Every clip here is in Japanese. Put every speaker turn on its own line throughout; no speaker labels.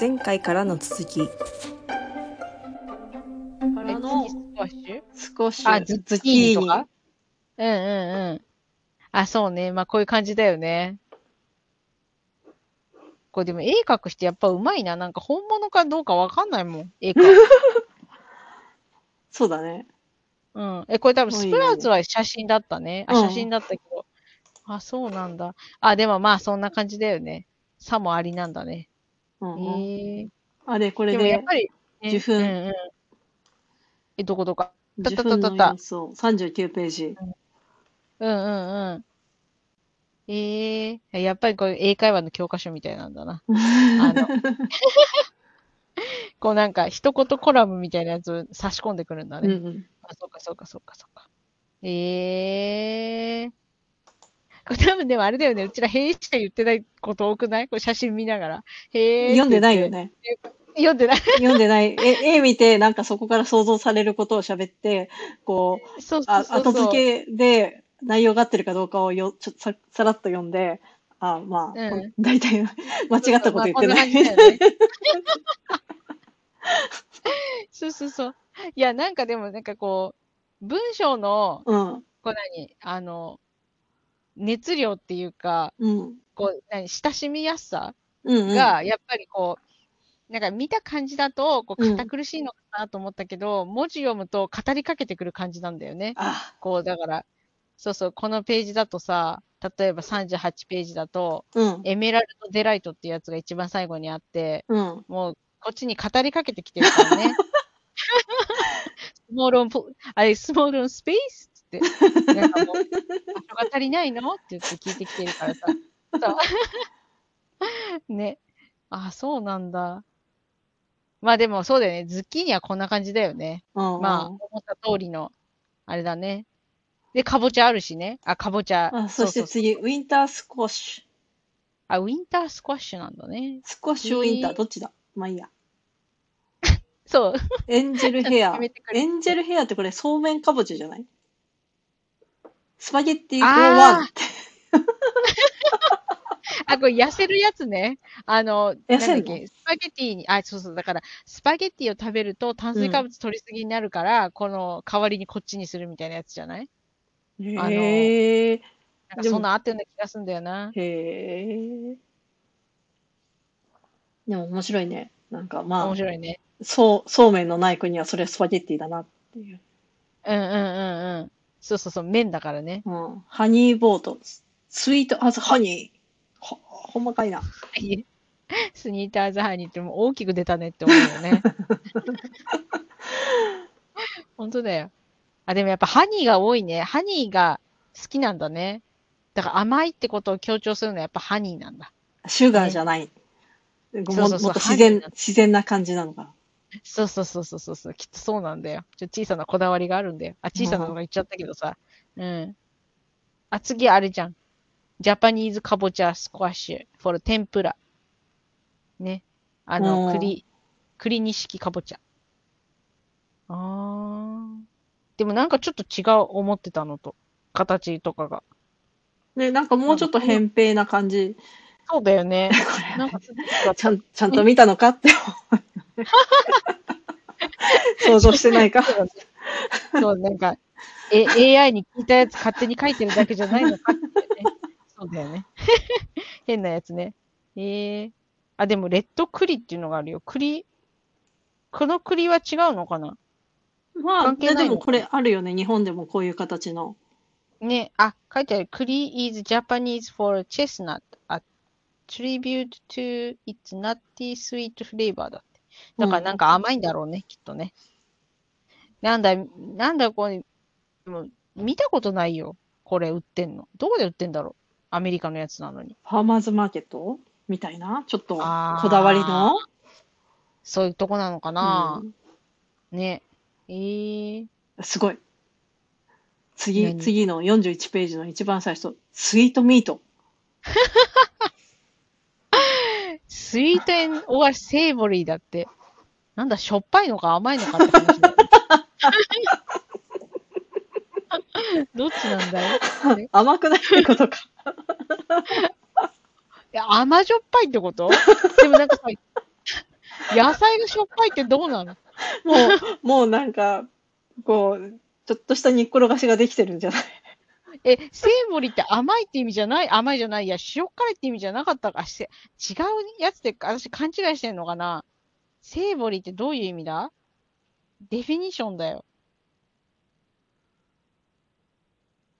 前回からの続き
からの
少し
少し。
あ、ズッキーニとかう
ズ
んうんうん。あ、そうね。まあ、こういう感じだよね。これでも絵描く人やっぱうまいな。なんか本物かどうかわかんないもん。絵 描く。
そうだね。
うん。え、これ多分スプラウズは写真だったね。あ、
うん
写真だったけど。あ、そうなんだ。あ、でもまあそんな感じだよね。さもありなんだね。
うんうん
へえ
あれ、これ
でもやっ
で、
ぱり、ね
受粉
うんうん。え、どこどこ
受
た
粉
たた
の
た
様子を39ページ。
うんうんうん。ええやっぱりこれ英会話の教科書みたいなんだな。あ の、こうなんか一言コラムみたいなやつを差し込んでくるんだ
うん
ね。
うん
あ、そうかそうかそうかそうか。ええこれ多分でもあれだよね。うちら、へえしか言ってないこと多くないこれ写真見ながら。へえ。
読んでないよ。ね。
読んでない。
読んでない。え、絵見て、なんかそこから想像されることを喋って、こう、
そうそう
あ
そう
後
そう。
付けで内容が合ってるかどうかをよちょささらっと読んで、あまあ、
うん
大体間違ったこと言っ
まあこ
てない。
んな感じだよね そうそうそう。いや、なんかでも、なんかこう、文章の、
うん、
こう何、あの、熱量っていうか、
うん、
こう、何、親しみやすさ
うん、うん。
が、やっぱりこう、なんか見た感じだと、こう、
うん
堅苦しいのかなと思ったけど、文字読むと語りかけてくる感じなんだよね。
あ、
こう、だから、そうそう、このページだとさ、例えば38ページだと、
うん、
エメラルド・デライトっていうやつが一番最後にあって、
うん。
もうこっちに語りかけてきてるから ね。スモールオンポ、あれ、スモールオンスペースって。なんかもう、場所が足りないのって言って聞いてきてるからさ。そう。 ね。あ、そうなんだ。まあでもそうだよね。ズッキーニはこんな感じだよね。まあ、
ま
思った通りの、あれだね。で、かぼちゃあるしね。あ、かぼちゃ。
あ、そして
ううう
次、ウィンタースコッシュ。
あ、ウィンタースクワッシュなんだね。
スコッシュウィンタ
え
ー、
ー
どっちだまあいいや。
そう。
エンジェルヘア
決。めてくれ
エンジェルヘアってこれ、そうめんかぼちゃじゃないスパゲッティフォーワンって。
あ、これ痩せるやつね。あの、
痩せ
なん
んの
だっけ、スパゲティに、あ、そうそう、だから、スパゲティを食べると炭水化物取りすぎになるから、この代わりにこっちにするみたいなやつじゃないあの
へえ。
なんか
でも
そんなあってるような気がするんだよな。
へえ。でも面白いね。なんかまあ、
面白いね。
そう、そうめんのない国はそれはスパゲッティだなっていう。
うんうんうんうん。そうそうそう、麺だからね。
うん。ハニーボート、ススイートアズハニー。ほ、ほんまかいな。
スニーターズハニーってもう大きく出たねって思うよね。本当だよ。あ、でもやっぱハニーが多いね。ハニーが好きなんだね。だから甘いってことを強調するのはやっぱハニーなんだ。
シュガーじゃない。ご
そ
も
うそうそう
もっと
ハ
自
ニー
然
な、
自然な感じなのかな。
そうそうそうそうそうそう、きっとそうなんだよ。ちょ小さなこだわりがあるんだよ。あ、小さなのが言っちゃったけどさ。うん。あ、次あれじゃん。ジャパニーズカボチャスクワッシュ、フォル天ぷら。ね。あ
う
の、
ん
栗、栗錦かぼちゃ。あー。でもなんかちょっと違う、思ってたのと。形とかが。
ね、なんかもうちょっと扁平な感じ。
そうだよね。
これ
なんかちょっ
ちゃん、ちゃんと見たのか って思う想像してないか。
と、そう、なんか、え、AI に聞いたやつ勝手に書いてるだけじゃないのかってね。そうだよね。 変なやつね。ええあ、でも、レッド栗っていうのがあるよ。栗。この栗は違うのかな
まあ、
関係
ね
ない
で
の
もこれあるよね。日本でもこういう形の。
ね、あ、書いてある。栗 is Japanese for chestnut. A tribute to its nutty sweet flavor だって。だからなんか甘いんだろうね、きっとね。なんだ、なんだこれ、でも見たことないよ。これ売ってんの。どこで売ってんだろう。アメリカのやつなのに。
ファーマーズマーケットみたいな、ちょっとこ
あー
だわりの。
そういうとこなのかな
う。ん
ね。えー、
すごい。次、
何
次の41ページの一番最初、スイートミート。
スイートエンオアセーボリーだって。なんだ、しょっぱいのか甘いのかって話だよ ねどっちなんだよ。
甘くないってこと か。
いや、甘じょっぱいってことでもなんかさ、野菜がしょっぱいってどうなの
もう、もうなんか、こう、ちょっとした煮っころがしができてるんじゃない
え、セイボリって甘いって意味じゃない甘いじゃないいや、塩辛いって意味じゃなかったかして、違うやつで私勘違いしてんのかなセイボリってどういう意味だデフィニッションだよ。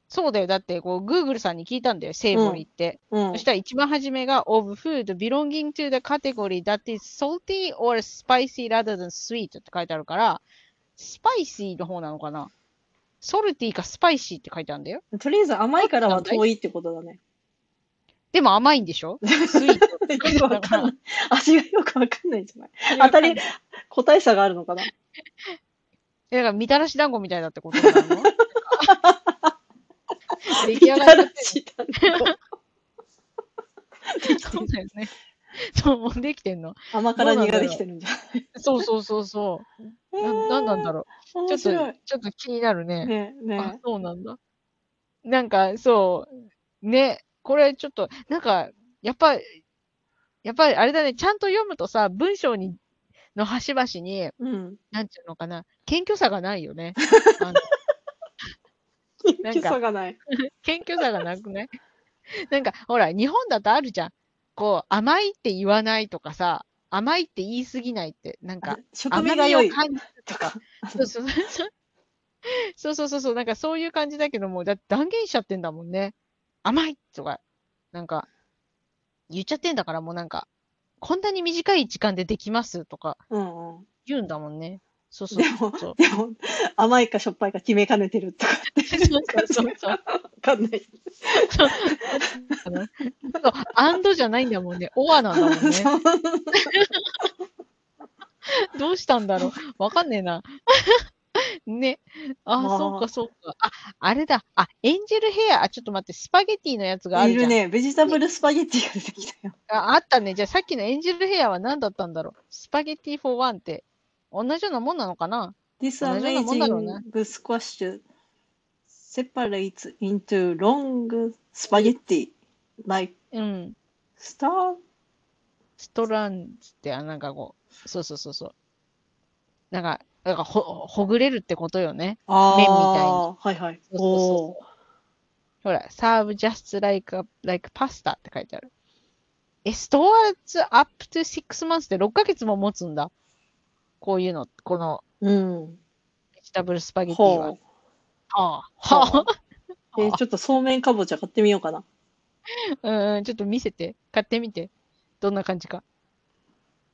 そうだよ。だって、こう、Google さんに聞いたんだよ。セイボリって。
うん
そし。たら一番初めが of food belonging to the category that is salty or spicy rather than sweet って書いてあるから、スパイシーの方なのかなソルティかスパイシーって書いてあるんだよ。
とりあえず甘いからは遠いってことだね。
でも甘いんでしょスイート。
わかんない。味がよくわかんないんじゃない当 たり、個体差があるのかな
えだから、みたらし団子みたいだってことな の出来上がっちゃっ
みたら
て
し団
るそうだよね。そう、もうできてんの。
子 甘辛煮ができてるんじゃ
そうそうそうそう。ななんなんだろ
ろ
う。ちょっと、ちょっと気になるね。
ねえ
あ
ね、
そうなんだ。なんか、そう、ね、これちょっと、なんか、やっぱ、やっぱりあれだね、ちゃんと読むとさ、文章に、の端々に、
え。うん。
なんていうのかな、謙虚さがないよ ね。あのなん
気
か
さがない。
謙虚さがなくない なんか、ほら、日本だとあるじゃん。こう、甘いって言わないとかさ、甘いって言い過ぎないって、なんか、
食
甘
味が
み
良
を
い
感じるとか。そうそうそう。 そうそうそうそう、なんかそういう感じだけども、だって断言しちゃってんだもんね。甘いとか、なんか、言っちゃってんだからもうなんか、こんなに短い時間でできますとか
うんうん。
言うんだもんね。そうそう
で
そう
も
そう。
でも、甘いかしょっぱいか決めかねてるとかって
そうそうそうそう。
わかんない。
そうアンドじゃないんだもんね。オアなんだもんね。
そう
どうしたんだろう。わかんねえな。 ね。あ、
まあ
そうか、そうか。あ、あれだ。あ、エンジェルヘア。あ、ちょっと待って、スパゲティのやつがある
い
じゃん
る。ね。ベジタブルスパゲッティが出てきたよ。
ああったね。じゃあさっきのエンジェルヘアは何だったんだろうスパゲティフォーワンって同じようなもんなのかな
This
同じようなもんだろうね
amazing squash separates into long spaghetti like
うん。
star
ストランツって、あ、なんかこう、そうそうそうそう。なんか、なんかほ、ほぐれるってことよね。
あ
麺みたいな
はいはい。
そうそうそうほら、serve just like, a, like pasta って書いてある。え、stores up to six months って6ヶ月も持つんだ。こういうの、この
おーう
ベジタブルスパゲ
ん。
ティは。
ほう。
はあ、はあ
はあ、えーちょっとそうめんかぼちゃ買ってみようかな。
うんうん、ちょっと見せて。買ってみて。どんな感じか。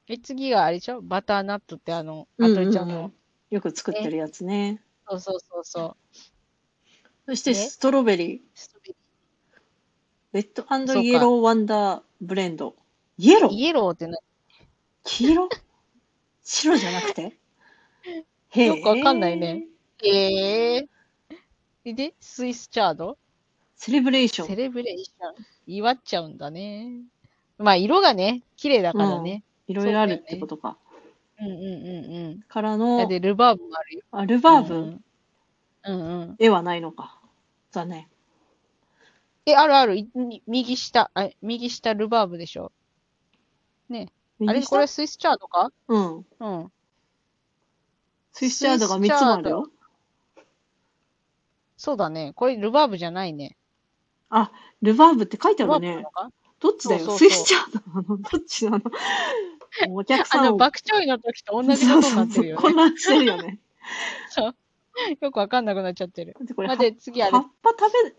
え、次があれでしょバターナットってあの、アトリちゃん
うんうんう
の
ん。よく作ってるやつね。
そうそうそうそう。
そして
え
ストロベリー。
ストロベ
レッ
そう
ド
か
イエローワンダーブレンド。イエロー
イエローってな、
黄色白じゃな くてへえ
よくわかんないね。ええで、スイスチャード
セレブレーション
セ。レブレーション。祝っちゃうんだね。まあ、色がね、綺麗だからね。
いろいろあるってことか。
うんうんうん
から
うん。
の、
で、ルバーブもあるよ。
あルバーブ、
うんうんうん。
絵はないのか。だね。
え、あるある。い右下、あ右下ルバーブでしょ。あれ
右下
これスイスチャードか
うん。
うん。
スイスチャードが3つもあるよ。
そうだね。これルバーブじゃないね。
ルバーブって書いてあ
ルバ
る
ーブな
ね
の。か
どっちだよ
そうそうそう
スイスチャードなの どっちなのお客
あ
さん
の、
を
爆鳥の時と同じことになってるよ
そう
ね。
そうそう混乱してるよ ね。
そうよくわかんなくなっちゃってる。
だってこれ、
待って、次あ
葉
れ
っ。ぱ食べ、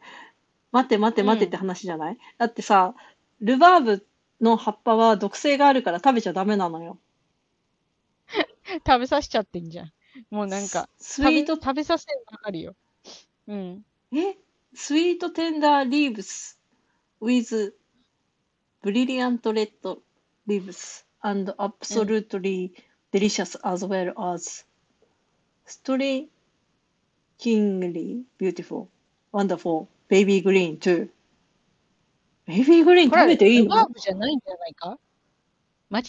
待って待って待ってって話じゃない、だってさ、ルバーブの葉っぱは毒性があるから食べちゃダメなのよ。
食べさせちゃってんじゃん。もうなんか、
ス
食
イ
べ
ート、
食べさせるばかりよ。うん。
えスイートテンダーリーブス、ウィズ、ブリリアントレッドリーブス、and absolutely delicious as well as, strikingly beautiful, wonderful, baby green too. ベイビーグリーン
これ
食べていい
ルバ
の
ーブじゃないんじゃないか間違っ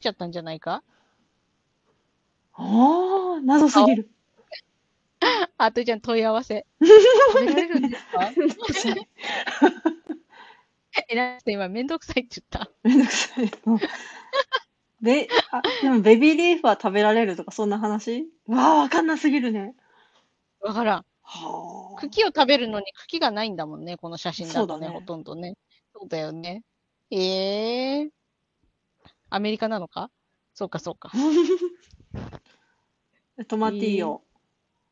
ちゃったんじゃないか
ああ、謎すぎる。
あとじゃん問い合わせ。食べられるんですか え、なんて今めんどくさいって言った。
めんどくさい。べ、あ、でもベビーリーフは食べられるとか、そんな話うわあ、わかんなすぎるね。
わからん。
はあ。
茎を食べるのに茎がないんだもんね、この写真だとね、
そうだね
ほとんどね。そうだよね。ええアメリカなのかそうか、そうか。
トマティーヨ、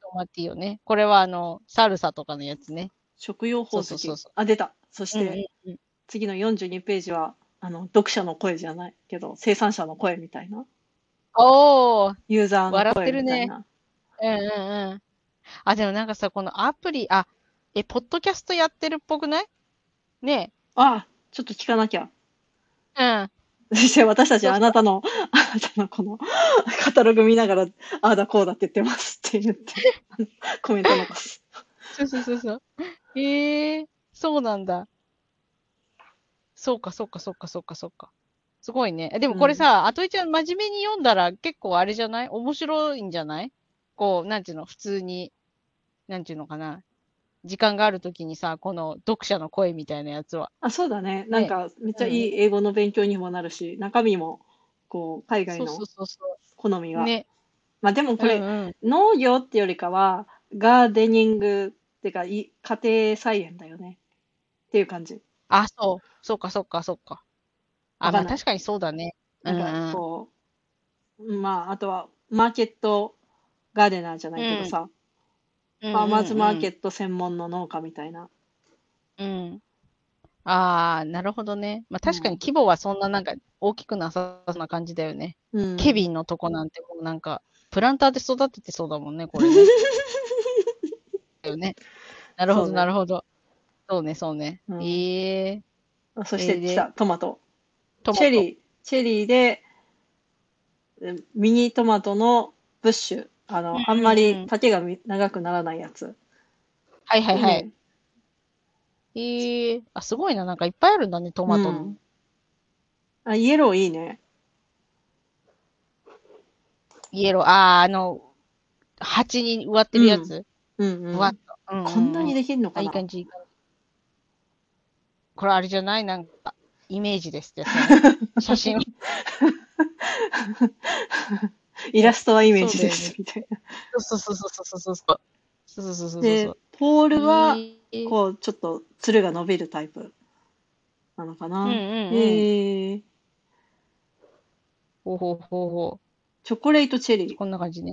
トマティよね。これはあの、サルサとかのやつね。
食用宝石。
そうそうそうそう
あ、出た。そして、
うんうん
次の42ページは、あの、読者の声じゃないけど、生産者の声みたいな。
おー、
ユーザーの
笑っ
声
てる
みたい
ね
な。
うんうんうん。あ、でもなんかさ、このアプリ、あ、え、ポッドキャストやってるっぽくないね
あ、ちょっと聞かなきゃ。
え。うん。
そして私たち
そうそう
はあなたの、あなたのこのカタログ見ながら、ああだこうだって言ってますって言って、 あのコメント残す。
そうそうそう そう。ええそうなんだ。そうか、そうか、そうか、そうか、そうか。すごいね。えでもこれさ、あといちゃん真面目に読んだら結構あれじゃない面白いんじゃないこう、なんていうの、普通に、なんていうのかな。時間があるときにさ、この読者の声みたいなやつは。
あ、そうだね。なんか、めっちゃいい英語の勉強にもなるし、中身も、こう、海外
そう
の
そうそうそ
好み
う。
が。
ね。
まあでもこれ、
うんうん。
農業ってよりかは、ガーデニングってか、い家庭菜園だよね。っていう感じ。
あ、そう。そうか、そうか、そうか。あ、
わか
ま
ん
あ
ない
確かにそうだね。う
なんか、
ん
こう、まあ、あとは、マーケットガーデナーじゃないけどさ、
うん。
ファーマーズマーケ
ット。
ット専門の農家みたいな。
うん。ああ、なるほどね。まあ確か
うん
に規模はそんななんか大きくなさそうな感じだよね。
うん。
ケビンのとこなんてもうなんか、プランターで育ててそうだもんね、 これね。だよね。なるほ
そう
ど、
ね
なるほど。そうね、そうね
う。ん
ええ、
そして来た、トマト。
トマ
チェ
ト。
リー、チェリーで、えミニトマトのブッシュ。あの、あんまり丈がみ長くならないやつ。
はいはいは
う
い。
ん
ええ、あ、すごいな。なんかいっぱいあるんだね、トマト
う
の
ん。あ、イエローいいね。
イエロー。ああ、あの、鉢に植わってるやつ。
うんう
ぶわっ
ん。
と。ううう
こんなにできるの
あ、
か
いい
な
感じ、いい感じ。これあれじゃないなんか、イメージ ですってやつ写真を。
イラストはイメージです
そ、
みたいな。
そうそうそうそうそうそう。そうそうそうそうそう。
で、ポー
こ
ルは、
こ
こう、ちょっと、つるが伸びるタイプなのか
う
な。
んうんうん。
えー、
ほうほうほうほ
チョコレートチェリ
う。
ー、
こんな感じね。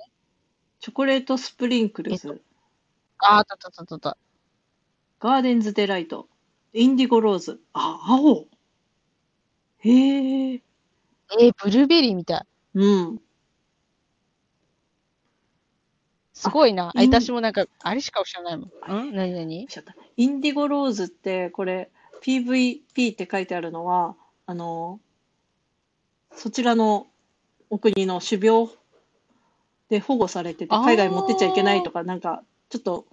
チョコレートスプリンクルズ、
えっあーあったあったあったあった。
ガーデンズデライト、インディゴローズ、あ、青。へえ、
えー、ブルーベリーみたい。
うん。
すごいな。あ、
いい
私もなんか、あれしか知らないもん。んなになに
しちゃった。インディゴローズって、これ、PVP って書いてあるのは、あの、そちらのお国の種苗で保護されてて、
あー
海外持ってっちゃいけないとか、なんか、ちょっと、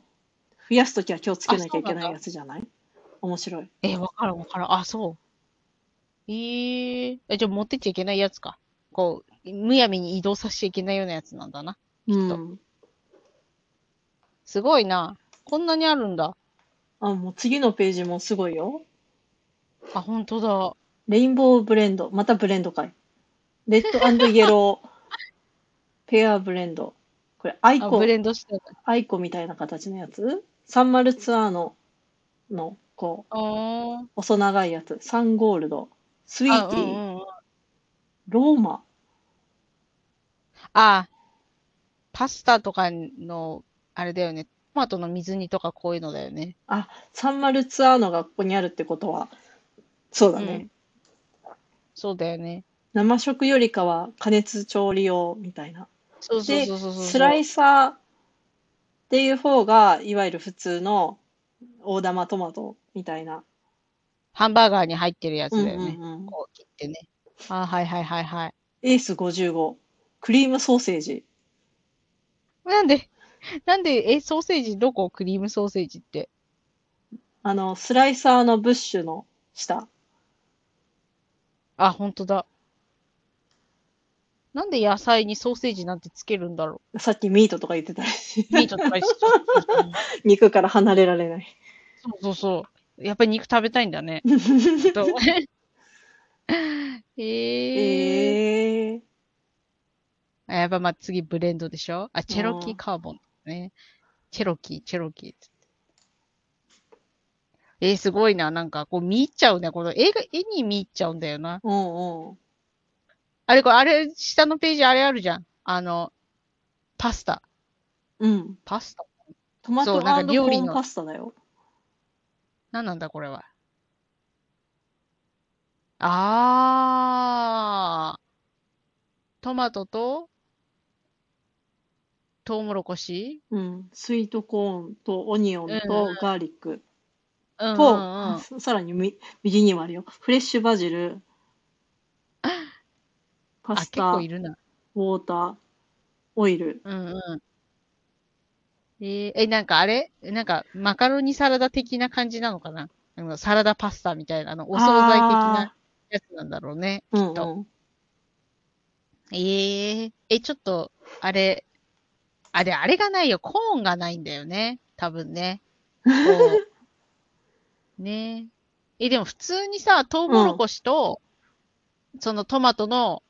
増やすときは気をつけなきゃいけないやつじゃない面白い。
えー、わからんわからん。あ、そう。えええ、じゃあ持ってっちゃいけないやつか。こう、むやみに移動させちゃいけないようなやつなんだな。
うん。
すごいな。こんなにあるんだ。
あ、もう次のページもすごいよ。
あ、本当だ。
レインボーブレンド、またブレンドかい。レッドイエロー、ペアブレンド。これ、アイ
あ、
コ
ブ、レンドしてた。
アイコみたいな形のやつサンマルツアーノの、こ
あー
う、細長いやつ。サンゴールド、スイ
あ、
ー
う
テ
ん
ィー、
うんうん。
ローマ。
あ、パスタとかの、あれだよね。トマトの水煮とかこういうのだよね。
あ、サンマルツアーノがここにあるってことは、そうだね。
うんそうだよね。
生食よりかは加熱調理用みたいな。
そうそう
で
そうそうそう。
スライサーっていう方が、いわゆる普通の大玉トマトみたいな。
ハンバーガーに入ってるやつ
うん
だよね。
うんうん、
こう切ってね。あ、はいはいはいはい。
エース55、クリームソーセージ。
なんで、なんで、え、ソーセージどこクリームソーセージって。
あの、スライサーのブッシュの下。
あ、本当だ。なんで野菜にソーセージなんてつけるんだろ
さっきミートとか言ってたし、
う。ミートとかに
肉から離れられない。
そうそうそう。やっぱり肉食べたいんだね。とええ
ええ
あやっぱまあ次ブレンドでしょあ、チェロキーカーボンね。チェロキー、チェロキーっつって。えー、すごいな。なんかこう見入っちゃうね。この絵が、絵に見入っちゃうんだよな。
うんうん。
あれ、これ、あれ、下のページあれあるじゃん。あの、パスタ。
うん。
パスタ
トマ
そ
ト
うなんか料
コ
理
ー
の
ンパスタだよ。
何なんだこれは。あー。トマトと、トウモロコシ
うん。スイートコーンとオニオンとガーリック
うんうん
と、
うん。
ささらにみ右にもあるよ。フレッシュバジル、パ
あ、結
スタ、
構
ウ
い
ォ
るな。
ーター、オイル。
うんうん。えーえ、なんかあれなんかマカロニサラダ的な感じなのかなあのサラダパスタみたいな、あの、お惣菜的なやつなんだろうね。
う
き
ん
っと。
うん。
えええ、ちょっと、あれ、あれ、あれがないよ。コーンがないんだよね。多分ね。こうねえ。え、でも普通にさ、トウモロコシと、そのトマトの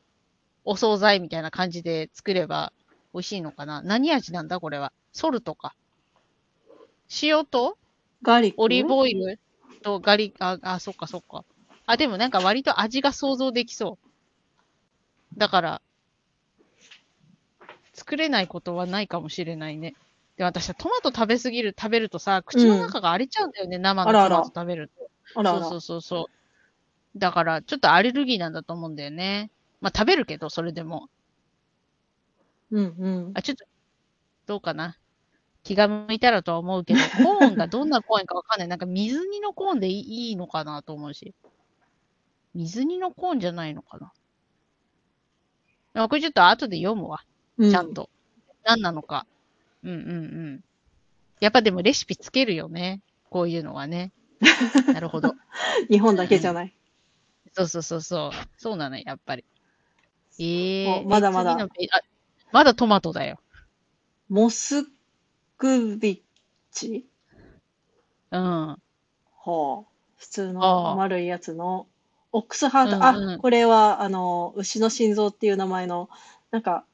お惣菜みたいな感じで作れば美味しいのかな。何味なんだこれは。ソルトか。塩と
ガーリック。
オリーブオイルとガリ、あ、あ、そっかそっか。あ、でもなんか割と味が想像できそう。だから、作れないことはないかもしれないね。で、私はトマト食べすぎる、食べるとさ、口の中が荒れちゃうんだよね、生の
あらあ
ト
ら
マト食べると。
あらあら。
そうそうそうそう。だから、ちょっとアレルギーなんだと思うんだよね。まあ食べるけど、それでも。
うんうん。
あ、ちょっと、どうかな。気が向いたらとは思うけど、コーンがどんなコーンかわかんない。なんか水煮のコーンでいいいいのかなと思うし。水煮のコーンじゃないのかな。あこれちょっと後で読むわ。
う
ちゃんと。何なのか。うんうんうん。やっぱでもレシピつけるよね。こういうのは ね。なるほど。
日本だけじゃない。
そうそうそうそう。そうなのよ、やっぱり。ええ
もうまだまだ
え次のページあまだトマトだよ。
モスクビッチ
うん。
はあ、普通
あ
の
あ
丸いやつの、オックスハート、
うんうん
あ、これは、あの、牛の心臓っていう名前の、なんか、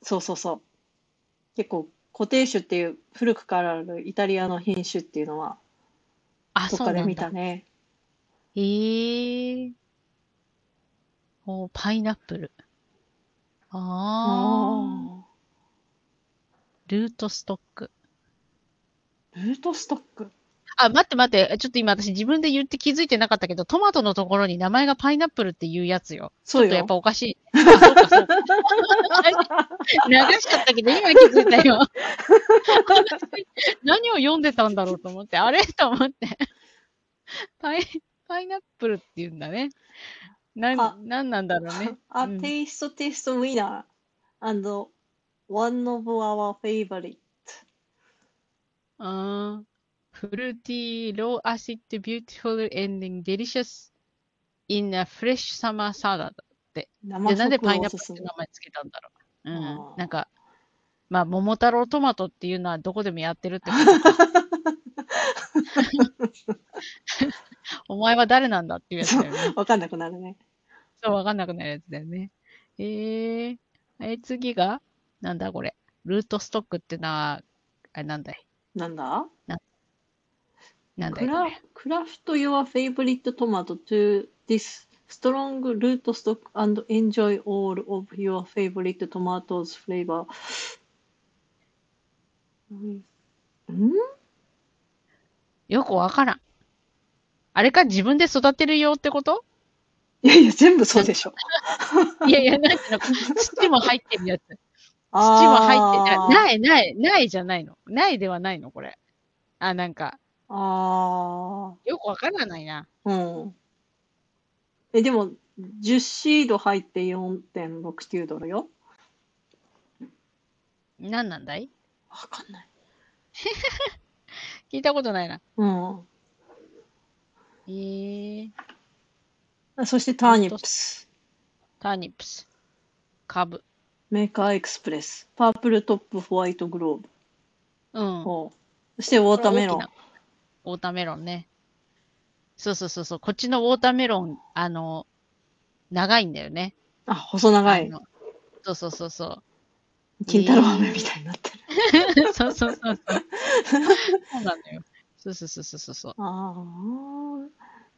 そうそうそう。結構、固定種っていう、古くからあるイタリアの品種っていうのは、
あ、
どっ
そう
かで
なん
見
だ
た。ね。
ええおーパイナップル。ああ、
あ
ルートストック。
あ、ルートストック。
あ、待って待って。ちょっと今私自分で言って気づいてなかったけど、トマトのところに名前がパイナップルっていうやつよ。
そ
ち
う
ょっとや
よ
っ。ぱおかしい。あ、そうかそうか。流しちゃったけど、今気づいた よ。何を読んでたんだろうと思って、あれと思って。パイ、パイナップルって言うんだね。な
あ
ん、なんなんだろうね。
あ、
うん
テイストテイストウィナー and one of our favorite.
あー Fruity, low acid, beautiful ending, delicious in a fresh summer salad.
生
で、なんで
食
パイ
を
ナッ
お
プ
す
ルって
すめ。
名前つけたんだろう。う
あ
ん。
ー
なんか、まあ、桃太郎トマトっていうのはどこでもやってるってことか。お前は誰なんだっていうやつだよね。
わかんなくなるね。
そう、わかんなくなるやつだよね。えー、え、次が、なんだこれ。ルートストックってのは、あれなんだい
なんだ
なんだ
ク
いこ
ラ
れ。
クラフト your favorite tomato to this strong root stock and enjoy all of your favorite tomatoes flavor. うん
よくわからん。あれか、自分で育てるよって こと
いやいや、全部そうでしょ。
いやいや、なんていうのか、土も入ってるやつ。土も入って
あ
ない。ない、ない、ないじゃないの。ないではないの、これ。あ、なんか、
ああ
よくわからないな。
ー。うん。え、でも、10シード入って4.69ドルよ。
なんなんだい
わかんない。
聞いたことないな。
うん。
えー、
そしてターニップス。
ターニップス。カブ。
メーカーエクスプレス、パープルトップホワイトグロ
うん。
ーブ、そしてウォーターメロン
これ大きな。ウォーターメロンね。そうそうそうそう。こっちのウォーターメロン、あの、長いんだよね。
あ、細長
あ
い。
の。そうそうそうそ
金太郎飴みたいになってる。
う。そうそうそうそう。そうなのよ。そうそうそうそうそう。
ああ。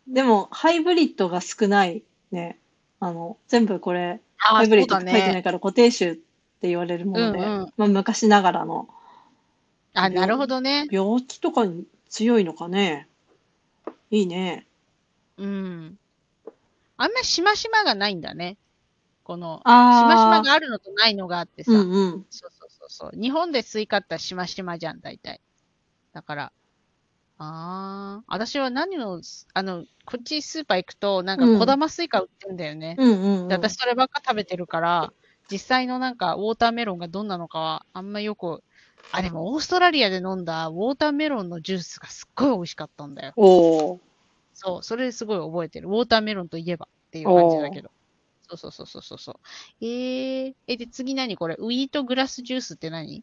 でも、ハイブリッドが少ないね。あの、全部これ、
あ
ハ
あ、
イブ
そ
リッ
う
ドっ
だ
て書いてな
ね。
いから固定種って言われるもので、
うんうん
まあ、昔ながらの
あ、なるほどね。
病気とかに強いのかね。いいね。
うん。あんましましまがないんだね。この、しまし
あ
まがあるのとないのがあって
あ、
さ。
うんうん。
そうそうそうそう。日本でスイカってしましまじゃん、大体。だから、ああ、私は何の、あの、こっちスーパー行くと、なんか
うん
小玉スイカ売ってるんだよね。
うんうん、うん。
で私そればっか食べてるから、実際のなんかウォーターメロンがどんなのかはあんまよく、あ、でもオーストラリアで飲んだウォーターメロンのジュースがすっごい美味しかったんだよ。
おお。
そう、それすごい覚えてる。ウォーターメロンといえばっていう感じだけど。そうそうそうそうそうそう。えー、え、で次何これウィートグラスジュースって何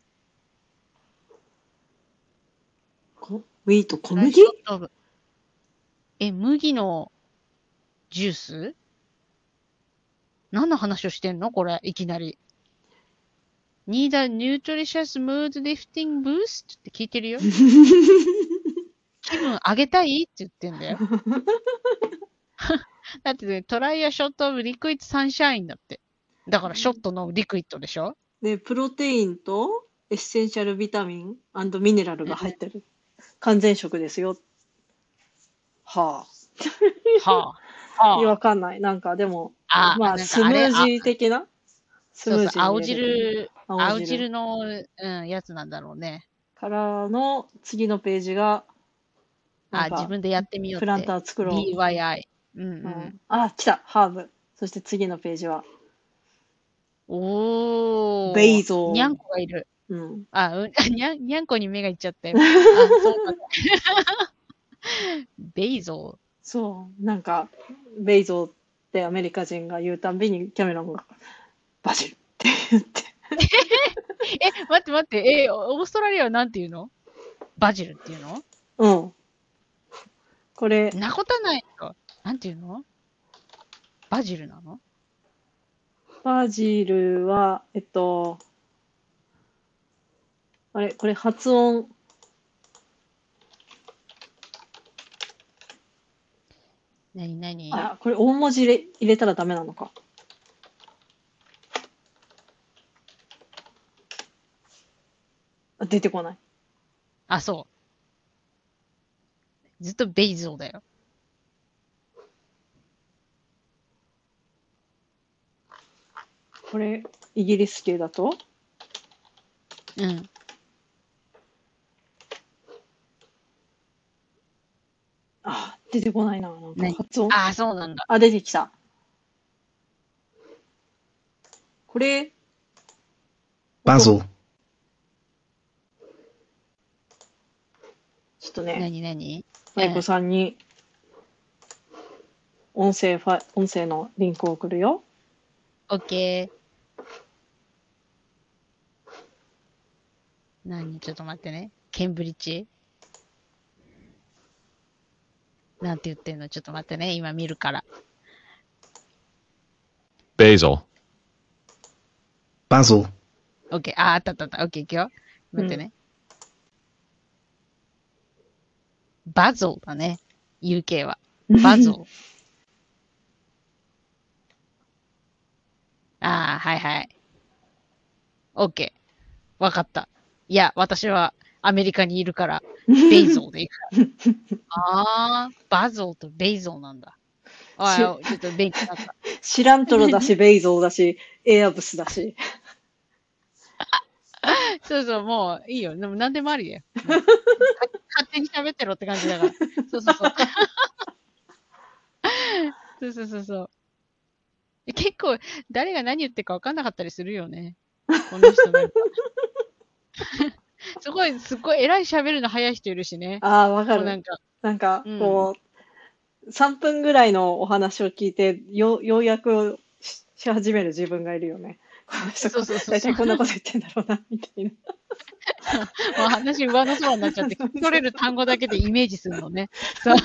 こウィート、小麦
ライトオブえ、麦のジュース何の話をしてんのこれ、いきなり。Need a nutritious mood lifting boost? って聞いて るよ。気分上げたいって言ってんだよ。 だって、ね、トライアショットオブリクイッドサンシャインだって。だから、ショットのリクイッドでしょ
で、プロテインとエッセンシャルビタミンミネラルが入ってる。完全食ですよ。は
はあ。
あ。い
は
やわかんない。なんかでも、
あ。
ま
な
あ、
ん
ス
か
ム
あれ
ージー的なスム
そう
ー
そう
ジ
青
ーに入れる。
汁、
青
青
汁
汁の、うん、やつなんだろうね。
からの次のページが、な
あ、
んか
自分でやってみようって。
プランター作ろう。
DIY。うん
う
うんん。、
あ、来た、ハーブ。そして次のページは、
おー。
ベイゾー
にゃんこがいる。
うん、
あ、うん、にゃん、にゃんこに目がいっちゃ ったよ。あ、そうだね。 ベイゾ
そう、なんか、ベイゾーってアメリカ人が言うたんびにキャメロンが、バジルって言って、
ー。え、待って待って。え、オーストラリアはなんて言うのバジルっていうの
うん。これ、
なことないのなんて言うのバジルなの
バジルは、えっと、あれ、これ発音、
なになに
あ、これ大文字入れ入れたらダメなのか。あ出てこない。
あ、そう。ずっとベイゾーだよ。
これ、イギリス系だと
うん。
あ、出てこないな。なんか
何
発音。
あ、そうなんだ。
あ、出てきた。これ、
Basil.
ちょっとね、
なになに
マイコさんに、音声ファイ、音声のリンクを送るよ。
オッケー。何ちょっと待ってね。ケンブリッジなんて言ってんのちょっと待ってね。今見るから。
Basil.
Basil.
オッケー。あ、あったあったあった。オッケー、行くよ。待ってね。バゾーだね。UK は。バゾー。ああ、はいはい。OK。わかった。いや、私はアメリカにいるから、ベイゾーでいくから。ああ、バゾーとベイゾーなんだ。ああ、
し
ちょっと勉強になった。
シラントロだし、ベイゾーだし、エアブスだし。
そうそう、もういいよ。でも何でもあ りだよ。もう勝手に喋ってろって感じだから。そうそうそう。そうそうそうそう。結構、誰が何言ってるか分かんなかったりするよね。この人 なんかすごい、すごい偉い喋るの早い人いるしね。
ああ、わか
こうな
る。
んか、
なんか、
うん
こう、3分ぐらいのお話を聞いて、よう、ようやくしし始める自分がいるよね。この人
そうそうそう
大
そう。
体
も
こんなこと言ってんだろうな、みたいな。
う話上の空になっちゃって、聞き取れる単語だけでイメージするのね。そう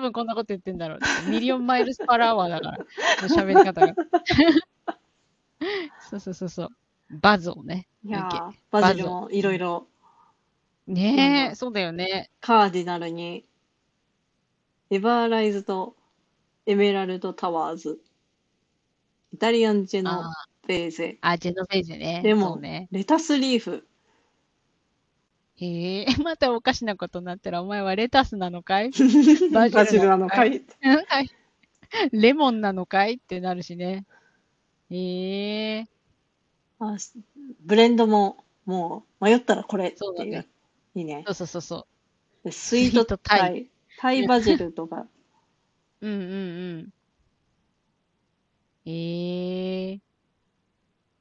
分こんなこと言ってんだろうって。ミリオンマイルスパラアワーだから。喋り方 が。そうそうそうそう。バズをね。
いやー
OK
バジルもいろいろ
ねえ、
うん
そうだよね。
カーディナルにエバーライズとエメラルドタワーズイタリアンジェノ
あ
ベーゼ
あ、ジェノベーゼね。
レモン
そうね。
レタスリーフ
へえ、 またおかしなことになったら、お前はレタスなのか い
バ
バジル
ジルなのかい
はいレモンなのかいってなるしね。へえ、
あしブレンドももう迷ったらこれって
そうだ
い
ね
ういいね
そうそうそうそ
でスイー
スイ
ト
ートタイ
タイタイバジルとか
う。うんうんうん。へえ、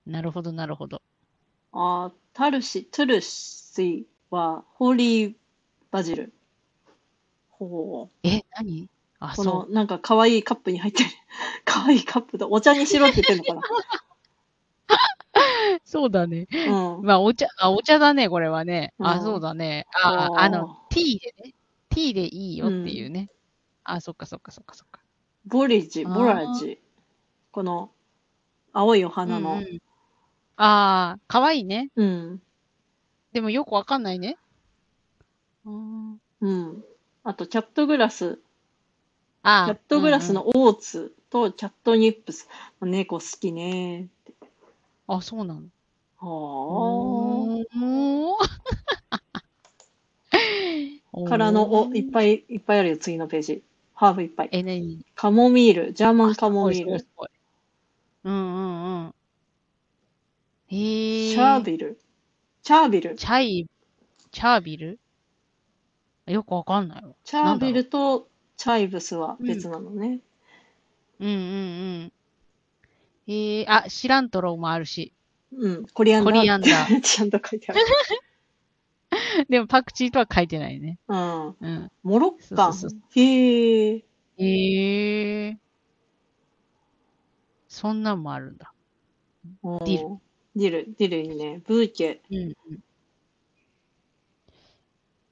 なるほどなるほど。
あータルシトゥルシはホーリーバジルほう
え、何あ、そ
この
う。
なんか可愛いカップに入ってる 可愛いカップとお茶にしろって言ってるのか
そうだね。
な。うん。
まあ、お茶、あ、お茶だね、これはね。
う
あ、
ん
そうだね。あ、
そう
あの、ティーでね。ティーでいいよっていうね。あ、そっかそっかそっかそっか。
ボリジ、
あー
ボラジ。この青いお花
うん
の
う。んああ、かわいいね。
うん。
でもよくわかんないね。うん
うん。あとキャットグラス。
あ
キ
あ
ャットグラスのオーツとキャットニップス。猫好きね。
うんうんあ、そうなの。
は
も
あ。
う
からの、お、いっぱいいっぱいあるよ、次のページ。ハーフいっぱい。
え、なに
カモミール、ジャーマンカモ
おいす
ミー
ごい
ル
す、ごい。うんうんうん。へえ。
シャービル、チャービル。
チャイ、チャービルよくわかんないわ。
チャービルとチャイブスは別なのね。
うんうんうん。へえ、あ、シラントロもあるし。
うん、コリアンダー。
コリアンダー
ちゃんと書いてある。
でもパクチーとは書いてないね。
うん。
うん。
モロッカン。
そうそうそ
へえ。
へえ。そんなんもあるんだ。
デ
ィ
ル。ディル、ディルいいね。ブーケ、
うん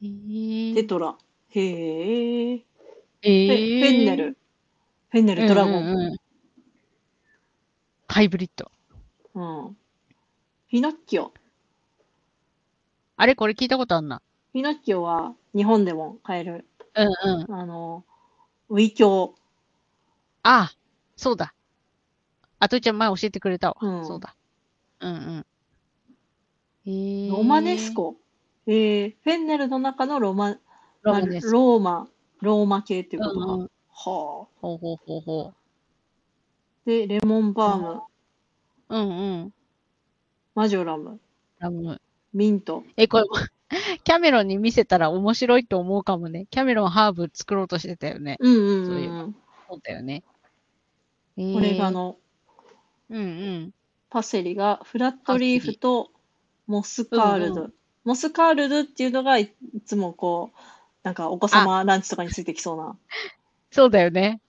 うん。
テトラ。へえ。
え
フ
ー、
ェフェンネル。フェンネル、ドラゴ
うんうん
ン。
うんハイブリッド。
うん。ピノッキオ。
あれこれ聞いたことあんな。
ピノッキオは日本でも買える。
うんうん。
あの、ウィキョウ。
あ、そうだ。あとちゃん前教えてくれたわ。
うん
そうだ。うんうん。えー、
ロマネス。コ。へえ。フェンネルの中のロマ、
ロマネスコ。
ローマ、ローマ系っていうことか。
うんうん
はあ。
ほうほうほうほ
で、レモンバーム、
う。うんうん。
マジョラム、
ラム。
ミント。
え、これ、 キャメロンに見せたら面白いと思うかもね。キャメロンハーブ作ろうとしてたよね。
うんうん
そううんいえ
うん。
そうだよね。
オレガ
の。う
ノ、
んうん。
パセリがフラットリーフとモスカール
うん
ド。モスカールドっていうのがいいつもこう、なんかお子様ランチとかについてきそうな。
そうだよね。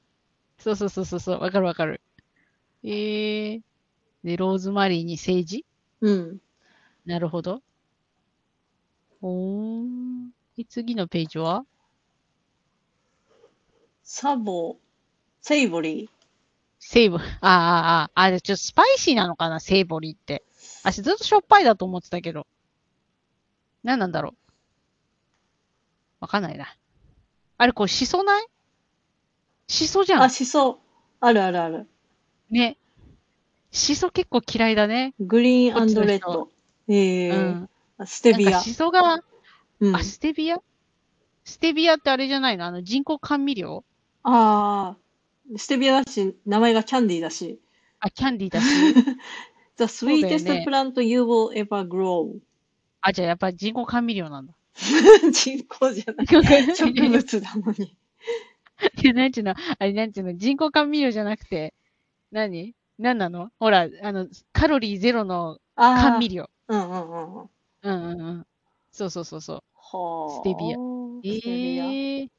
そうそうそうそうそう。わかるわかる。ええで、ローズマリーに政治
うん。
なるほど。おー。で次のページは
サボ、セイボリー。
セーブ。あーあー、ああー。あ、でちょっとスパイシーなのかなセーボリーって。あ、ずっとしょっぱいだと思ってたけど。何なんだろう。わかんないな。あれ、これ、しそないしそじゃ
あ、
ん。
シソ。あるあるある。
ね。しそ結構嫌いだね。
グリーン
こっちの人
レッド。ええ
うん。
ステ
なん
ビ
か
ア。
しそが、
うん。
あ、ステビアステビアってあれじゃないのあの人工甘味料
あーステビアだし、名前がキャンディーだし。
あ、キャンディーだし。 う
The
だよね
sweetest plant you will ever grow.
あ、じゃあやっぱ人工甘味料 なんだ。
人工じゃない。
植
植物なのに。
なんちゅうのあれなんちゅうの人工甘味料じゃなくて、何何なのほら、あの、カロリーゼロの
あ
甘
あ
味。料。
うんうんうんうん。
うんうんうん。そうそうそうそう。
はあ。
ステビア。
ステビ
ええー。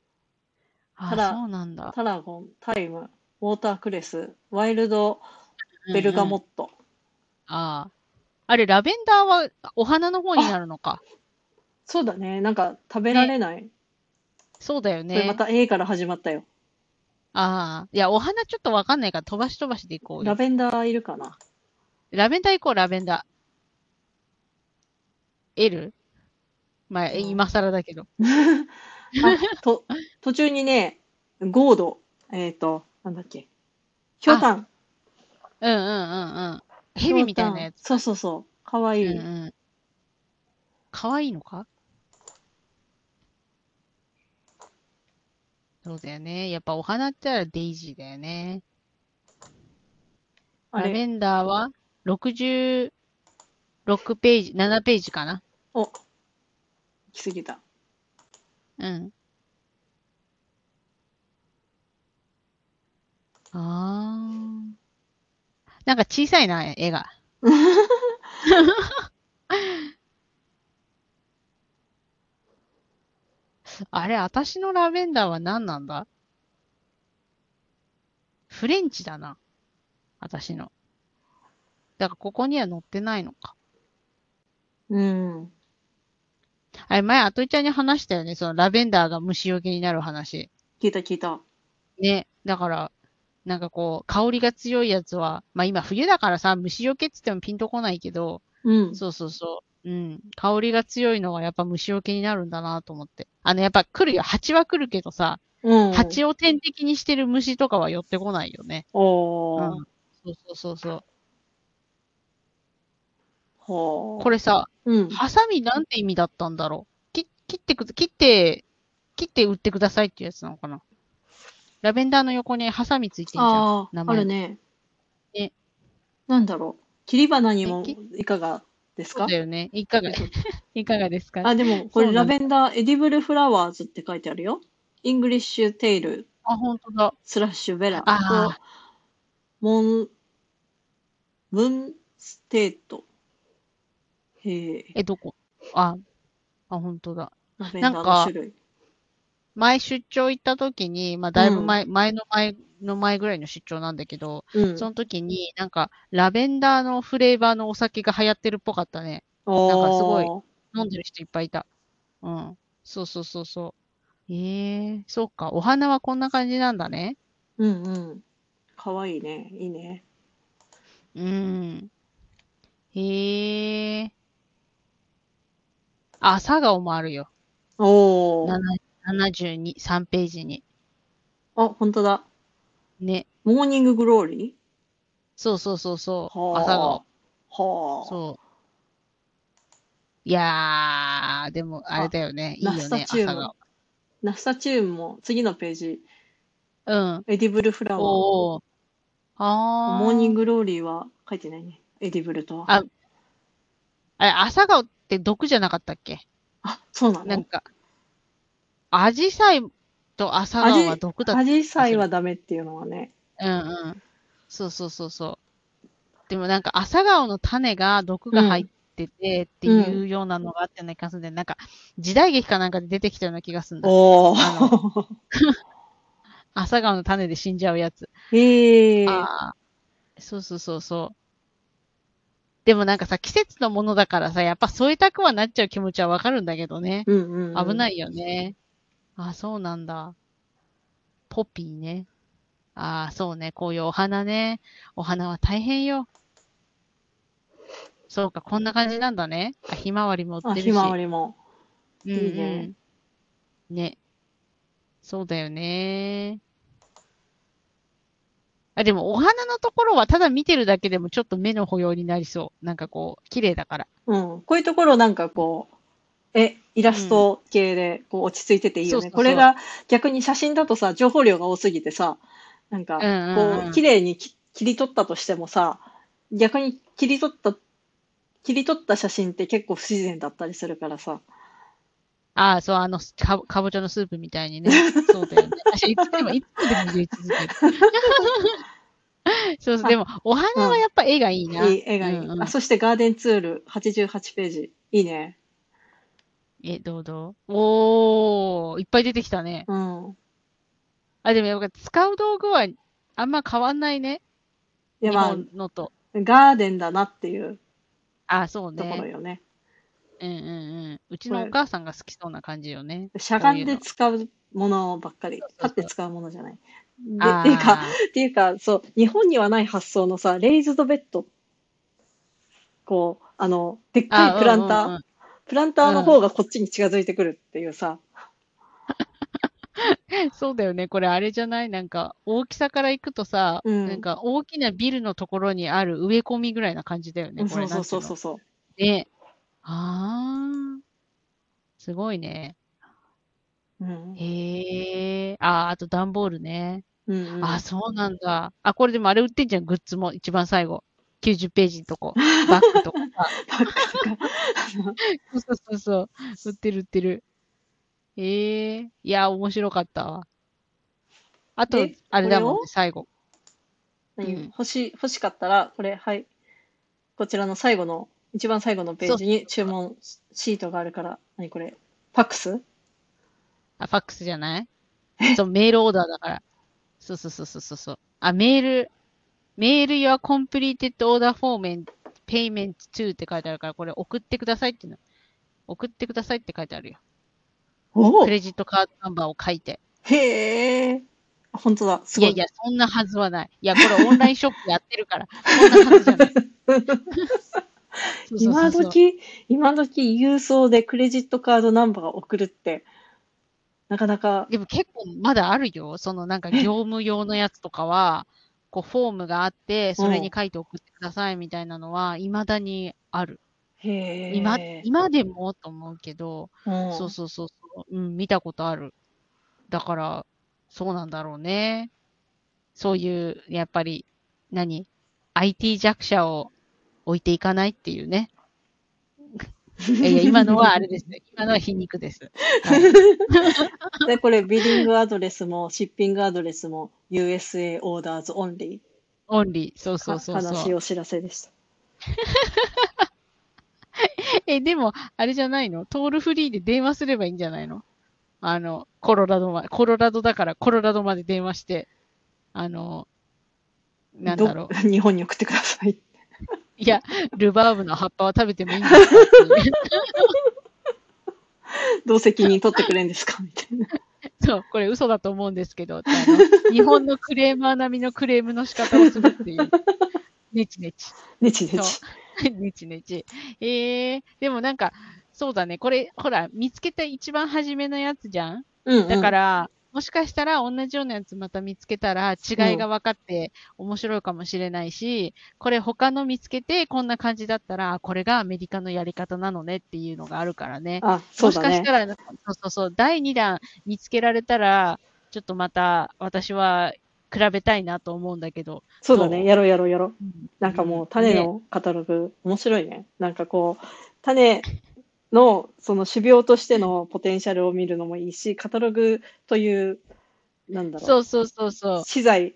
あ、
ただ
そうなんだ
ア。。タラゴン、タイム、ウォータークレス、ワイルド、ベルガ
うんう
モ
ん
ット。
ああ。あれ、ラベンダーはお花の方になるのか。
そうだね。なんか食べられない。
そうだよ
これ
ね
ま。た A から始まったよ。
ああ。いや、お花ちょっとわかんないから飛ばし飛ばしでいこう
ラ
よ。
ベンダーいるか な
ラベンダー行こう、ラベンダー。L? まあ、
うん
今更だけど。
あと途中にね、ゴード、えっ、と、なんだっけ、ひょうたん。
うんうんうんうん。ヘビみたいなやつ。
つ。そうそうそう、かわいい。
うんうん。可愛いのかそうだよね。やっぱお花って言ったらデイジーだよね。
あ
ラ
れ、
ベンダーは66ページ、7ページかな。
お、行き過ぎた。
うん。あー。なんか小さいな、絵が。 あれ、私のラベンダーは何なんだフレンチだな。私の。だからここには載ってないのか。
うん。
あれ、前、アトイちゃんに話したよね。そのラベンダーが虫よけになる話。
聞いた聞いた。
ね、だから、なんかこう、香りが強いやつは、まあ今冬だからさ、虫除けって言ってもピンとこないけど、
うん。
そうそうそう、うん、香りが強いのはやっぱ虫除けになるんだなと思って。あの、やっぱ来るよ、蜂は来るけどさ、
うん。
蜂を天敵にしてる虫とかは寄ってこないよね。
お
う
ー。
ん。そうそうそうそう。
ほー
これさ、
うん。
ハサミなんて意味だったんだろう。き切ってく、切って、切って売ってくださいってやつなのかな。ラベンダーの横にハサミついてんじゃん。
あ
名
あ、
前
あるね。
ね
なんだろう。切り花にも
えき
いかがです
そう
か
だよね。いかが、 いかがですか
あ、でも、これ
そうな
ラ
ん
ベンダーエディブルフラワーズって書いてあるよ。イングリッシュテイル
あ、本当だ。
スラッシュベラ
あ
とモン、ムンステート。へえ、
え、どこあ、あ、本当だ。
ラベンダ
な
ー
ん
の
か
種類。
前出張行った時に、まあ、だいぶ前、前の前の前ぐらいの出張なんだけど、
うん
その時に、なんか、ラベンダーのフレーバーのお酒が流行ってるっぽかったね。なんかすごい
おー
飲んでる人いっぱいいた。うん。そうそうそうそう。ええそうか。お花はこんな感じなんだね。
うんうん。かわいいね。いいね。
うん。へえ。あ、佐賀もあるよ。
おー。
72、3ページに。
あ、本当だ。
ね。
モーニンググローリ
そうそうそうそ
ー
う。朝顔。
はあ。
そう。いやー、でも、あれだよね。いいよ
ナス
ね
タ、チューム
朝顔。
ナスタチウムも次のページ、
うん。
エディブルフラワー。
おー。あー。
モーニングローリーは書いてないね。エディブルとは。
ああれ、朝顔って毒じゃなかったっけ
あ、そうな
なん
の
か、アジサイと朝顔は毒だっ
アジサイはダメっていうのはね。
た。うんうん。そうそうそうそう。でもなんか、朝顔の種が毒が入っててっていうようなのがあったような気がするんで、なんか、時代劇かなんかで出てきたような気がするんだ。
おお。
朝顔の種で死んじゃうやつ。
ええー。
ああ。そうそうそうそう。でもなんかさ、季節のものだからさ、やっぱ添えたくはなっちゃう気持ちはわかるんだけどね。
うんうんうん。。
危ないいよね。あ、そうなんだ。ポピーね。ああ、そうね。こういうお花ね。お花は大変よ。そうか、こんな感じなんだね。あ、ひまわりも売っ
あ、
てるし。
ひまわりも。
うんうん
いいね。
ね。そうだよね。あ、でもお花のところはただ見てるだけでもちょっと目の保養になりそう。なんかこう、綺麗だから。
うん。こういうところなんかこう、え、イラスト系でこう落ち着いてていい
そ
よね。
うそうそう
これが逆に写真だとさ、情報量が多すぎてさ、なんか、
うんうんうん
こう、綺麗にき切り取ったとしてもさ、逆に切り取った、切り取った写真って結構不自然だったりするからさ。
ああ、そう、あの、かぼ、かぼちゃのスープみたい にね。そうだよね。私、いつでも、いつでも言い続ける。 そうそう、でも、お花はやっぱ絵がいいな。
いい絵がいい。
うんうん
あ、そしてガーデンツール88ページ。いいね。
え、どうどうおー、いっぱい出てきたね。
うん。
あ、でもやっぱ使う道具はあんま変わんないね。
いや、
日
まあ、
本のと。
ガーデンだなっていう
あ、そう
ところ
ね。
よね。
うんうんうん。うちのお母さんが好きそうな感じよね。
しゃがんで使うものばっかり、買って使うものじゃない。で
あ
っていうか、っていうか、そう、日本にはない発想のさ、レイズドベッド。こう、あの、でっかいプランター。
ーうんうんうん
プランターの方がこっちに近づいてくるっていうさ。
そうだよね。これあれじゃないなんか、大きさからいくとさ、
うん
なんか大きなビルのところにある植え込みぐらいな感じだよね。こ
そ
れ
うそうそう
なんてい
そうそう。
うの。ね。あー。すごいね。
うん
へえ。あー、あと段ボールね。
うんうん
あー、そうなんだ。あ、これでもあれ売ってんじゃん、グッズも。一番最後。90ページのと こ。バッグとか。
バッグとか
そうそうそうそう。売ってる売ってる。ええいや、面白かったわ。あと
で、
あれだもん
これ
ね、
を
最後。
何
うん
欲しい欲しかったら、これ、はい。こちらの最後の、一番最後のページに注文シートがあるから、何これファックス
あ、ファックスじゃないそう、メールオーダーだから。そうそうそうそうそうそう。あ、メール、メール your completed order form and payment to って書いてあるから、これ送ってくださいっていうの。送ってくださいって書いてあるよ。
おお
クレジットカードナンバーを書いて。
へえ。あ本当だ、す
い
ご
や
い。
いや、そんなはずはない。いや、これオンラインショップやってるから、そんなはずじゃ ない。そうそうそう
今
そう
時、今時郵送でクレジットカードナンバーを送るって、なかなか、
でも結構まだあるよ。そのなんか業務用のやつとかは、こうフォームがあって、それに書いて送ってくださいみたいなのは、未だにある。
へえ。
今、今でもと思うけど、
うん
そうそうそうそう、うん、見たことある。だから、そうなんだろうね。そういう、やっぱり、何 ?IT 弱者を置いていかないっていう ね。いやいや、今のはあれですね。今のは皮肉です。はい
で、これ、ビリングアドレスも、シッピングアドレスも、USA オーダーズオンリ
オンリー。そう
ー
そうそうそう。
悲しいお知らせでした。
え、でも、あれじゃないのトールフリーで電話すればいいんじゃないのあの、コロラドまで、コロラドだからコロラドまで電話して、あの、なんだろう
ど。日本に送ってください。
いや、ルバーブの葉っぱは食べてもいいんですかっていう
どう責任取ってくれんですかみたいな。
そう、これ嘘だと思うんですけど、ってあの日本のクレーマー並みのクレームの仕方をするっていう。ネチネチ。
ねち
そ
ねち。
う。ねちねち。えー、でもなんか、そうだね。これ、ほら、見つけた一番初めのやつじゃん
うん、うん。
だか、ら、もしかしたら同じようなやつまた見つけたら違いが分かって面白いかもしれないし、これ他の見つけてこんな感じだったら、あこれがアメリカのやり方なのねっていうのがあるからね。
あ、そう
も
だ
しかし
ね。
たら、そうそうそう、第2弾見つけられたら、ちょっとまた私は比べたいなと思うんだけど。
そうだね。やろうやろうやろう。なんかもう、種
ね
のカタログ、面白いね。なんかこう、種の、その種苗としてのポテンシャルを見るのもいいし、カタログという、なんだろう。
そうそうそうそう。
資材っ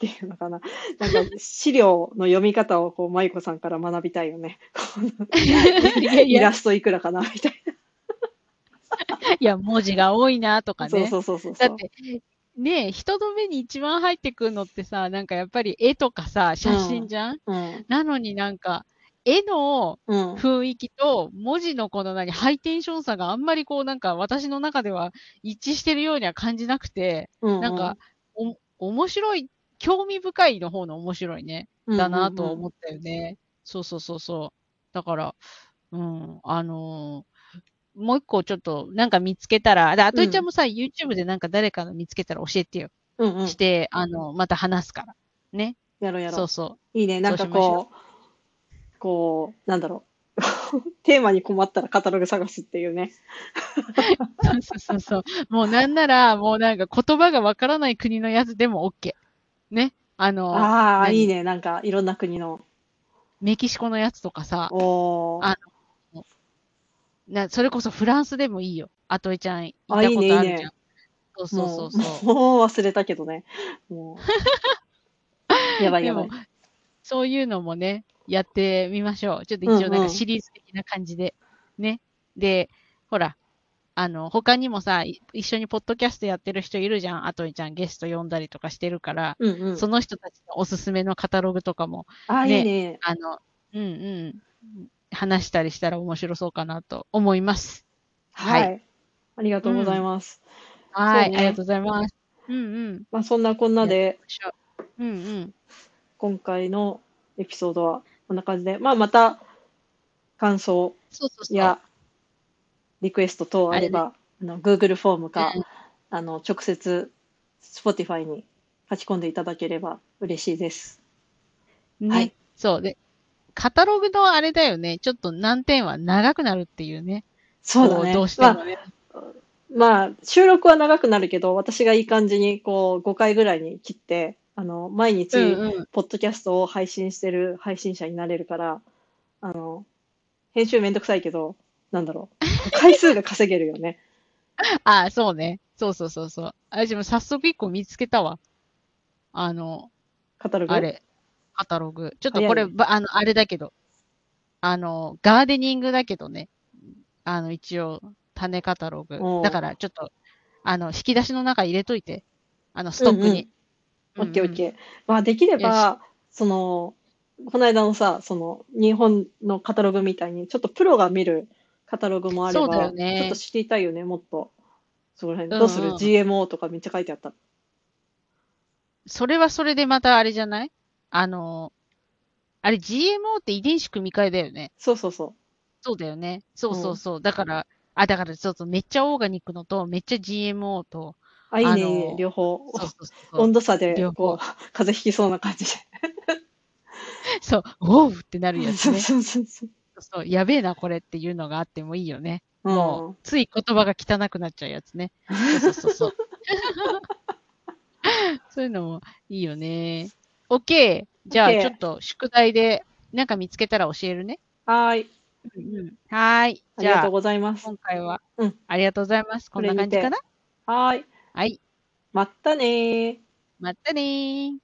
ていうのかな。なんか資料の読み方をこう舞子さんから学びたいよね。
いやい
イ
や
ラ、スト いくらかなみたい
いや、文字が多いなとか
な。
ね。
そうそうそうそうそ
だ
う。
って、ねえ、人の目に一番入ってくるのってさ、なんかやっぱり絵とかさ、写真じゃん、
うん
なのになんか、絵の
うん。
雰囲気と文字のこの何、ハイテンションさがあんまりこうなんか私の中では一致してるようには感じなくて、
うん。
なんか、お、面白い、興味深いの方の面白いね、
うん、
だなとは
っ
思ったよね。そうそうそうそう。だから、うん、あのーもう一個ちょっとなんか見つけたら、で、あといちゃんもさ、YouTube でなんか誰かの見つけたら教えてよ。
て。うんうん
し。て、あの、また話すから。ね。
やろうやろ
そうう。そ
いいね。なんかこう、こう、なんだろう。 テーマに困ったらカタログ探すっていうね。
う。そうそうそうそう。もうなんなら、もうなんか言葉がわからない国のやつでも OK。ね。あの、
ああ、
何
いいね。なんかいろんな国の。
メキシコのやつとかさ、
おー
あなそれこそフランスでもいいよ。あといちゃん、いたことあ
あ
る
いいね
じゃん。
いいね
そうそうそうそう。
もうもう忘れたけどね。も う。やばい
で
やばい
も。、そういうのもね、やってみましょう。ちょっと一応なん
うんう
か
ん
シリーズ的な感じで。ね。で、ほら、あの、他にもさ、い一緒にポッドキャストやってる人いるじゃん。あといちゃんゲスト呼んだりとかしてるから、
うんうん。
その人たちのおすすめのカタログとかも、
ああ、い
ね
いね。
あの、うんうん、話したりしたら面白そうかなと思います。
は
はい
い。ありがとうございます。
は
そう
い、
ね
ありがとうございます。うんうん。
まあ、そんなこんなで、
うんうん。
今回のエピソードはこんな感じで、まあ、また感想
そうそうそう。
やリクエスト等あれば、あの Google フォームか、
うん
あの直接 Spotify に書き込んでいただければ嬉しいです。
ね
はい。
そう。で、カタログのあれだよね。ちょっと難点は長くなるっていうね。
そうだ
こ
ね。
どうしてもね。
まあ、収録は長くなるけど、私がいい感じに、こう、5回ぐらいに切って、あの、毎日、
うんうん。
ポッドキャストを配信してる配信者になれるから、あの、編集めんどくさいけど、なんだろう。回数が稼げるよね。
あ、そうね。そうそうそうそう。あ、でも早速一個見つけたわ。あの、
カタログ。
あれ、カタログ。ちょっとこ
早
れ、
い
ばあの、あれだけど。あの、ガーデニングだけどね。あの、一応、種カタログ
おう。
だから、ちょっと、あの、引き出しの中入れといて。あの、ストックに。
オッケーオッ
ー。
ケー。まあ、できれば、その、この間のさ、その、日本のカタログみたいに、ちょっとプロが見るカタログもあれ
そうだ
ば、
よね
ちょっと知りたいよね、もっと。そこら辺、
うんうん
どうする ?GMO とかめっちゃ書いてあった。
それはそれでまたあれじゃないあの、あれ GMO って遺伝子組み換えだよね。
そうそうそう。
そうだよね。そうそうそう。だから、あ、だからそうそう、めっちゃオーガニックのと、めっちゃ GMO と、
あ、いいね、
あの
いいね、両方。
そうそうそう。
温度差で
両、方
こう、風邪ひきそうな感じで。
そう、おうってなるやつ
そう
ね。そ
そうそうそう。
うそう、やべえな、これっていうのがあってもいいよね。
うん
もう、つい言葉が汚くなっちゃうやつね。そうそうそう そう。そういうのもいいよね。OK! じゃあ、
OK
ちょっと宿題で、なんか見つけたら教えるね。
はーい。
うんうんはーい。
あり
じ
が
ゃ
と
あ
う、ございます。
今回は、
うん
ありがとうございます。こんな感じかな
はーい。
はい。
まったねー。
またねー。